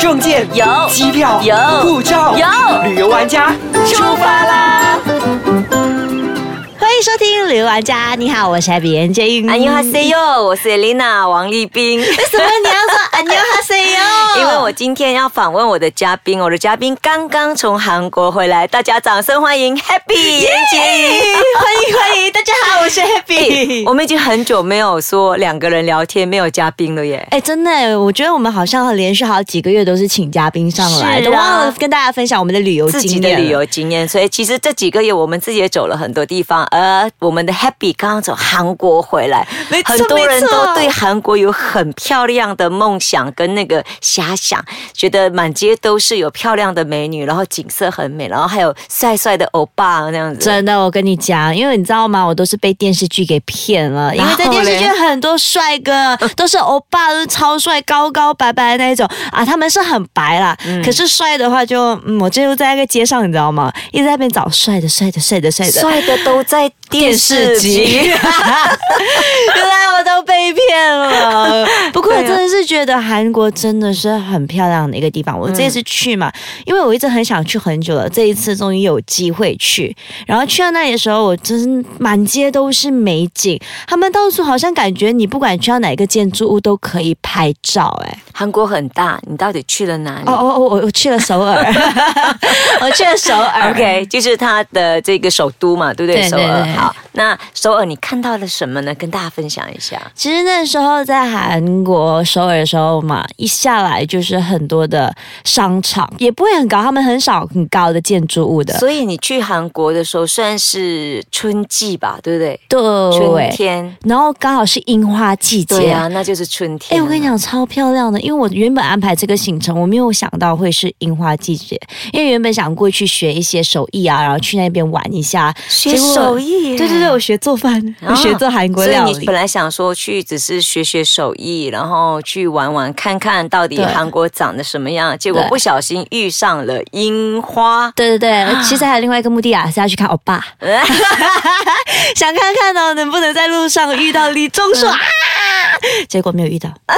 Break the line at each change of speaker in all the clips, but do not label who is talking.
证件
有
机票
有
护照
有
旅游玩家
出发啦！
欢迎收听《旅游玩家》，你好，我是艾比严建英。
安妞哈 C 哟，我是 Elena 王立斌。
嗯为什么你要说安妞哈 C 哟？
因为我今天要访问我的嘉宾，我的嘉宾刚刚从韩国回来，大家掌声欢迎 Happy 严洁
哎
莹。
欢迎欢迎，大家好，我 是 Happy。
哎我们已经很久没有说两个人聊天没有嘉宾了耶。
哎，真的耶，我觉得我们好像连续好几个月都是请嘉宾上来，
是啊
都忘了跟大家分享我们的旅游
自己
经
的
验。
旅，游经验，所以其实这几个月我们自己也走了很多地方，而我们的 Happy 刚刚从韩国回来
没，错
很多人
没
都
错
对韩国有很漂亮的梦想跟那个遐想，觉得满街都是有漂亮的美女，然后景色很美，然后还有帅帅的欧巴那样子。
真的，我跟你讲，因为你知道吗？我都是被电视剧给骗了，因为在
然后
电
嘞
视剧很多帅哥 都是欧巴，都是超帅，高高白白的那一种啊，他们是很白啦，
嗯
可是帅的话就，嗯，我就在那个街上，你知道吗？一直在那边找帅的，帅的，帅的，帅的。
帅的都在电视 机，
原来我都被骗了。不过我
对啊
真的是觉得韩国真的是很漂亮的一个地方。我这次去嘛，因为我一直很想去很久了，这一次终于有机会去。然后去到那里的时候，我真是满街都是美景，他们到处好像感觉你不管去到哪个建筑物都可以拍照、哎，
韩国很大，你到底去了哪里？
哦哦哦，我我去了首尔， 我去了首 尔。
OK，就是它的这个首都嘛，对不对？
对对
首尔
对
好，那首尔你看到了什么呢？跟大家分享一下。
其实那时候在韩国首尔的时候嘛，一下来就是很多的商场，也不会很高，他们很少很高的建筑物的。
所以你去韩国的时候算是春季吧，对不对？春
对，
天，
然后刚好是樱花季节。
对啊，那就是春
哎、
天。
我跟你，讲，超漂亮的，因为我原本安排这个行程，我没有想到会是樱花季节，因为原本想过去学一些手艺啊，然后去那边玩一下。
学手艺耶，哦
对对对，我学做饭，我学做韩国料
所以你
理
本。来想说去只是学学手艺，然后去玩玩看看到底
对
韩国长得什么样，结果
对
不小心遇上了樱 花。
对对
啊
对，其实还有另外一个目的啊，是要去看欧巴。想看看哦，能不能在路上遇到李钟硕啊？结果没有遇到。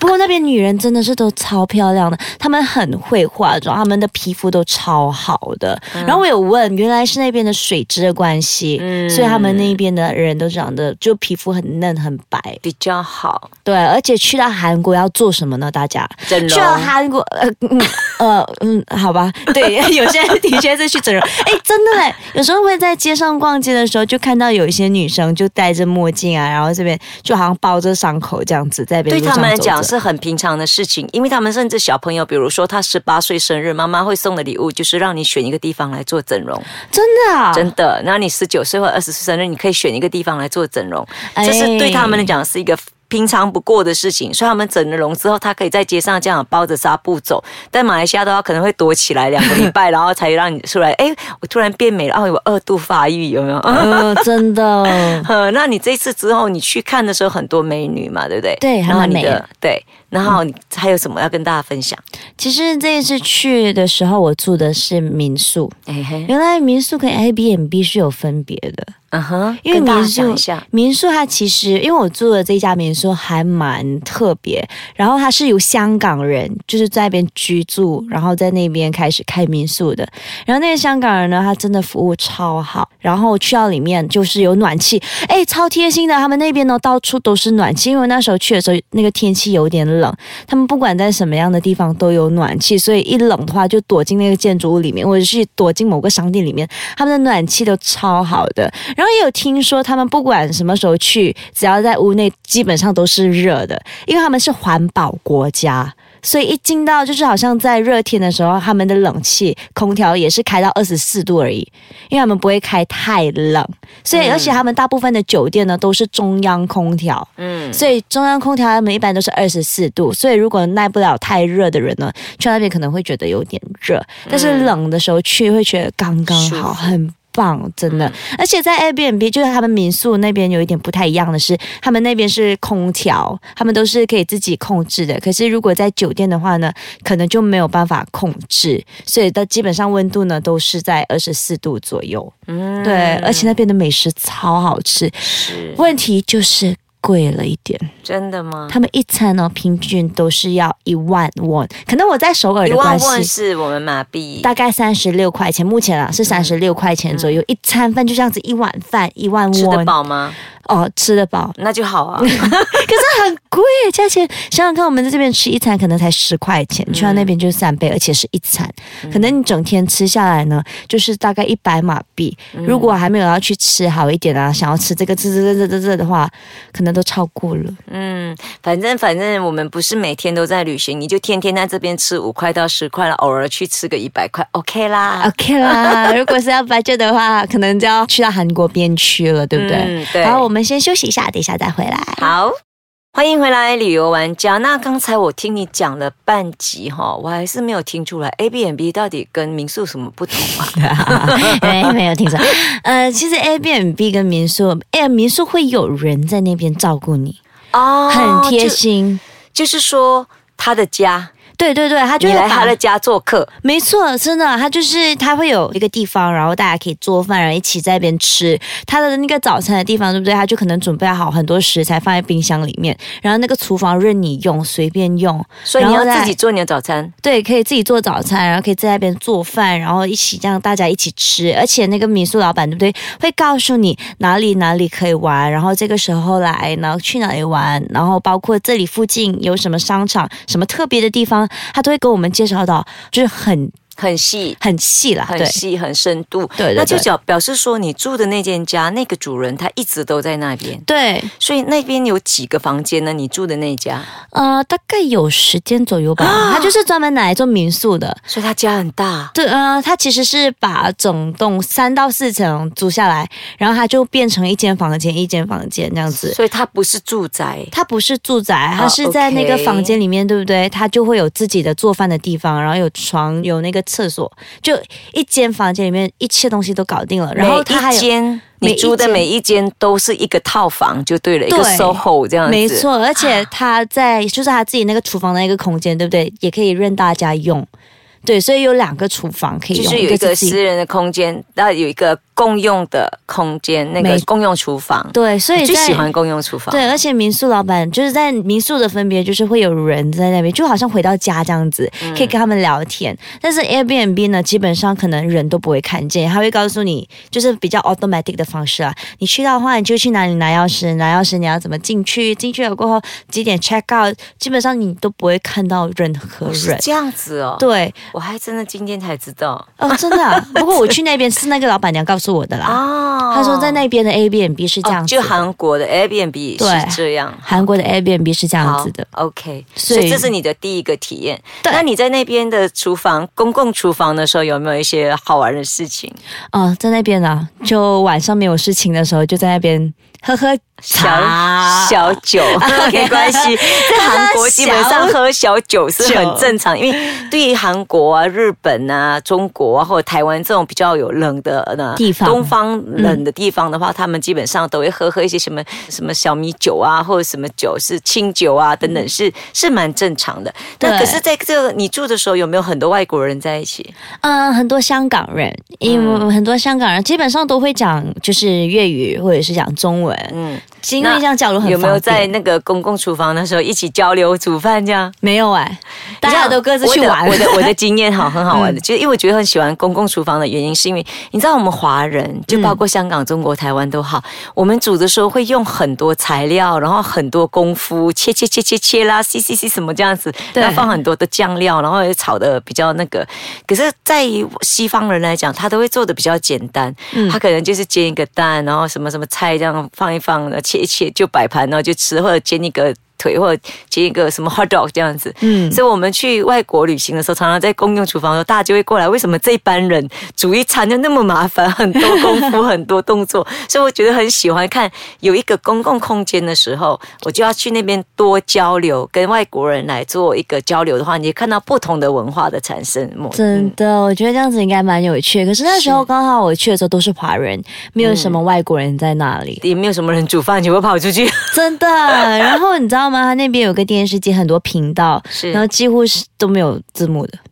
不过那边女人真的是都超漂亮的，她们很会化妆，她们的皮肤都超好的。然后我有问，原来是那边的水质的关系，所以他们那边的人都长得就皮肤很嫩很白。
比较好，
对，而且去到韩国要做什么呢？大家
整容
去到韩国，呃嗯呃嗯，好 吧，对，有些人的确是去整容。哎，真的嘞，有时候会在街上逛街的时候，就看到有一些女生就戴着墨镜啊，然后这边就好像包着伤口这样子，在边
对
路上
他们来讲
走着
是很平常的事情，因为他们甚至小朋友，比如说他十八岁生日，妈妈会送的礼物就是让你选一个地方来做整容，
真的啊，
真的。然后你十九岁或二十岁生日，你可以选一个地方来做整容，
哎
这是对他们来讲是一个。平常不过的事情，所以他们整了容之后，他可以在街上这样包着纱布走。但马来西亚的话，可能会躲起来两个礼拜，然后才让你出来。 哎，我突然变美了，哦，我二度发育，有没有？
嗯、真的。
呃，那你这次之后，你去看的时候很多美女嘛，对不对？
对还
然后
蛮
你
美
的
的
对，然后你还有什么要跟大家分享？
其实这一次去的时候，我住的是民宿，
哎嘿，
原来民宿跟 Airbnb 是有分别的。
嗯哼，
哎因为
跟大
民
家
宿
讲一下，
民宿它其实，因为我住的这家民宿还蛮特别，然后它是由香港人就是在那边居住，然后在那边开始开民宿的。然后那个香港人呢，他真的服务超好，然后去到里面就是有暖气，哎，超贴心的。他们那边呢到处都是暖气，因为我那时候去的时候那个天气有点冷，他们不管在什么样的地方都有暖气，所以一冷的话就躲进那个建筑物里面，或者是躲进某个商店里面，他们的暖气都超好的。然后也有听说他们不管什么时候去，只要在屋内基本上都是热的，因为他们是环保国家。所以一进到就是好像在热天的时候，他们的冷气、空调也是开到二十四度而已，因为他们不会开太冷。所以而且他们大部分的酒店呢都是中央空调，
嗯，
所以中央空调他们一般都是二十四度，所以如果耐不了太热的人呢，去那边可能会觉得有点热，但是冷的时候去会觉得刚刚
嗯舒服嗯
好，很。棒，真的！而且在 Airbnb 就是他们民宿那边有一点不太一样的是，他们那边是空调，他们都是可以自己控制的。可是如果在酒店的话呢，可能就没有办法控制，所以它基本上温度呢都是在二十四度
嗯
左右。嗯，对，而且那边的美食超好吃，
是
问题就是贵了一点，
真的吗？
他们一餐哦平均都是要一万 won，可能我在首尔
一
的
万
关
啊问
系。
是我们马币，
大概三十六块钱，目前
嗯
啊是三十六块钱左右，一餐饭就这样子，一碗饭一万
吃得
won
饱吗？
哦，吃得饱，
那就好 啊。
可是很贵，价钱想想看，我们在这边吃一餐可能才十块钱，去到那边就是三倍，而且是一餐，
嗯
可能你整天吃下来呢，就是大概一百马币。
嗯
如果还没有要去吃好一点啊，想要吃这个这这这这这的话，可能都超过了。
嗯，反正反正我们不是每天都在旅行，你就天天在这边吃五块到十块了，偶尔去吃个一百块，OK 啦。
OK 啦， 如果是要 budget 的话，可能就要去到韩国边区了，对不对？
嗯，对。
好，我们先休息一下，等一下再回来。
好，欢迎回来，旅游玩家。那刚才我听你讲了半集哈，我还是没有听出来 A B N B 到底跟民宿有什么不同啊？
没哎没有听说，呃，其实 Airbnb 跟民宿，哎，民宿会有人在那边照顾你，
哦
很贴，心。
就就是说他的家，
对对对，他就
你
会
来他
把
的，家做客，
没错，真的，他就是他会有一个地方，然后大家可以做饭，然后一起在那边吃他的那个早餐的地方，对不对？他就可能准备好很多食材放在冰箱里面，然后那个厨房任你用，随便用，
所以你要
然后再
自己做你的早餐。
对，可以自己做早餐，然后可以在那边做饭，然后一起这样大家一起吃。而且那个民宿老板对不对，会告诉你哪里哪里可以玩，然后这个时候来，然后去哪里玩，然后包括这里附近有什么商场、什么特别的地方，他都会给我们介绍到，就是很
很细，
很细啦，
很
对。
细，很深度。
对对
那就
对
表表示说，你住的那间家，那个主人他一直都在那边，
对，
所以那边有几个房间呢？你住的那家，
呃，大概有十间左右吧。
啊
他就是专门拿来做民宿的，
所以他家很大。
对，呃，它其实是把整栋三到四层租下来，然后它就变成一间房间一间房间这样子。
所以它不是住宅，
它不是住宅，它
哦
是在那个
OK
房间里面，对不对？它就会有自己的做饭的地方，然后有床，有那个厕所，就一间房间里面一切东西都搞定了。然后
每
它还
一
有。
间
每
你
一
租的
间
每一间都是一个套房就对了，一个
对
SOHO 这样子。啊
没，错，而且它在就是它自己那个厨房的一个空间，对不对？也可以任大家用，对，所以有两个厨房可以
就
用，
是有一个
自己
私人的空间，那有一个共用的空间，那个
没
共用厨房。
对，所以
我最
在
喜欢共用厨房。
对，而且民宿老板就是在民宿的分别，就是会有人在那边，就好像回到家这样子，
嗯
可以跟他们聊天。但是 Airbnb 呢，基本上可能人都不会看见，他会告诉你，就是比较 automatic 的方式啊。你去到的话，你就去哪里拿钥匙，拿钥匙你要怎么进去，进去了过后几点 check out，基本上你都不会看到任何
哦是
人。
这样子哦，
对
我还真的今天才知道
哦，真的啊、不过我去那边是那个老板娘告诉我的啦，
哦。
她说在那边的 Airbnb 是这
哦
样子
就
的，
韩国的 Airbnb
对
是这样。
韩国的 Airbnb 是这样
好
子的。
，OK，
所
所
以
以这是你的第一个体验。
对
那你在那边的厨房、公共厨房的时候，有没有一些好玩的事情？
哦，在那边呢，就晚上没有事情的时候，就在那边喝喝茶。
小小 酒啊没关 系，在韩国基本上喝小酒是很正常，因为对于韩国啊、日本啊、中国啊或者台湾这种比较有冷的呢
地方
东方冷的地方的话，他们基本上都会喝喝一些什么什么小米酒啊，或者什么酒是清酒啊等等，是是蛮正常的。那
嗯对
可是在这个你住的时候，有没有很多外国人在一起？
嗯，很多香港人，因
嗯
为很多香港人基本上都会讲就是粤语或者是讲中文，
嗯，
因为这样交流很
有没有
方便
在那个公共厨房的时候一起交流煮饭这样？
没有哎、大家都各自去玩。
我嗯的我的我的经验 好，很好玩
嗯
的，就是因为我觉得很喜欢公共厨房的原因，是因为你知道我们华人，就
嗯
包括香港、中国、台湾都好，我们煮的时候会用很多材料，然后很多功夫，切切切切切啦，c c c 什么这样子，
对
然后放很多的酱料，然后也炒的比较那个。可是，在于西方人来讲，他都会做的比较简单，
嗯
他可能就是煎一个蛋，然后什么什么菜这样放一放，切一切就摆盘，然后就吃，或者煎一个。腿或者煎一个什么 hot dog 这样子，
嗯
所以我们去外国旅行的时候，常常在公用厨房的时候，大家就会过来。为什么这一班人煮一餐就那么麻烦，很多功夫，很多动作？所以我觉得很喜欢看有一个公共空间的时候，我就要去那边多交流，跟外国人来做一个交流的话，你就看到不同的文化的产生。我
真的，我觉得这样子应该蛮有趣的。可是那时候刚好我去的时候都是华人，
嗯
没有什么外国人在那里。
也没有什么人煮饭，全部跑出去。
真的。 然后你知道吗？他那边有个电视机，很多频道，
是啊
然后几乎是都没有字幕的。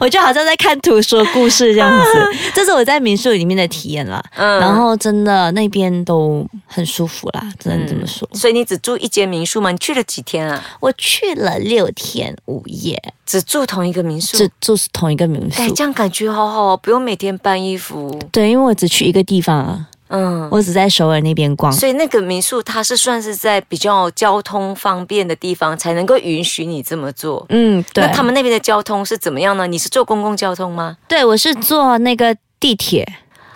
我就好像在看图说故事这样子。 这是我在民宿里面的体验啦。
嗯
然后真的那边都很舒服啦，只能这么说。
所以你只住一间民宿吗？你去了几天啊？
我去了六天五夜，
只住同一个民宿？
这就是同一个民宿
哎，。这样感觉好好哦，不用每天搬衣服。
对，因为我只去一个地方啊，
嗯，
我只在首尔那边逛。
所以那个民宿它是算是在比较交通方便的地方才能够允许你这么做。
嗯，对
那，他们那边的交通是怎么样呢？你是坐公共交通吗？
对我是坐那个地铁，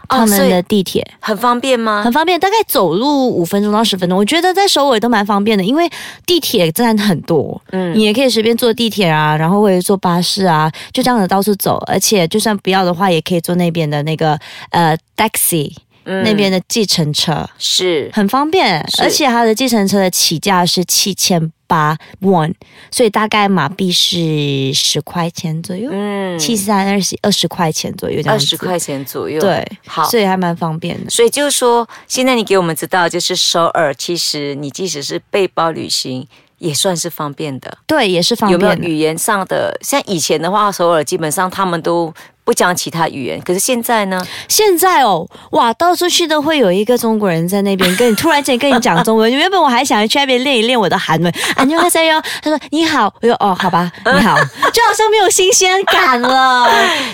哦
他
所
们
以
的地铁。
很方便吗？
很方便，大概走路五分钟到十分钟，我觉得在首尔都蛮方便的，因为地铁站很多，
嗯
你也可以随便坐地铁啊，然后或者坐巴士啊，就这样子到处走，而且就算不要的话，也可以坐那边的那个呃 taxi，、
嗯
那边的计程车
是
很方便，
是
而且它的计程车的起价是七千八 won，所以大概马币是十块钱左右，
嗯，
七三二十二十块钱左右这样
二
子，
十块钱左右。，
对，
好
所以还蛮方便的。
所以就是说，现在你给我们知道，就是首尔，其实你即使是背包旅行，也算是方便的。
对，也是方
有
便
没
的。
有语言上的？像以前的话，首尔基本上他们都不讲其他语言，可是现在呢？
现在哦，哇，到处去都会有一个中国人在那边跟你突然间跟你讲中 文。原本我还想要去那边练一练我的韩文，啊안녕하세요。他说你好，我说哦，好吧，你好，就好像没有新鲜感了。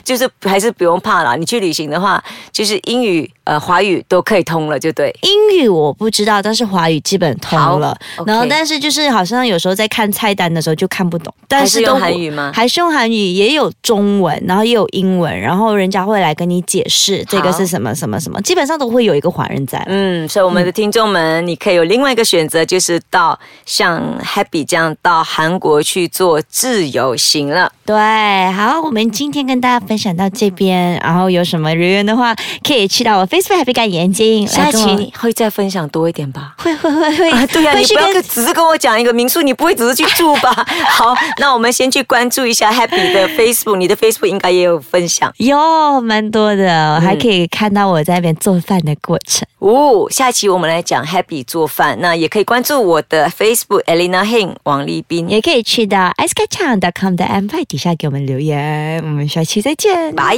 就是还是不用怕啦。你去旅行的话，就是英语、呃华语都可以通了，就对。
英语我不知道，但是华语基本通了。
好，OK
然后，但是就是好像有时候在看菜单的时候就看不懂，但
还是
都
用韩语吗
还是用韩语，也有中文，然后也有英文，然后人家会来跟你解释这个
好
是什么什么什么，基本上都会有一个华人在。
嗯，所以我们的听众们，你可以有另外一个选择，就是到像 Happy 这样到韩国去做自由行了。
对，好，我们今天跟大家分享到这边，然后有什么留言的话，可以去到我 Facebook Happy 干眼睛，
下一
来
期
跟我
你会再分享多一点吧。
啊会会会会，
啊，对呀、
会
你
去
不要
跟
跟只是跟我讲一个民宿，你不会只是去住吧？好，那我们先去关注一下 Happy 的 Facebook，你的 Facebook 应该也有分享
有蛮多的，还可以看到我在那边做饭的过程。
哦。下期我们来讲 Happy 做饭，那也可以关注我的 Facebook Elena Hing 王立斌，
也可以去到 i c e k a c h a n g c o m 的 M 派底下给我们留言，我们下期再见，
拜。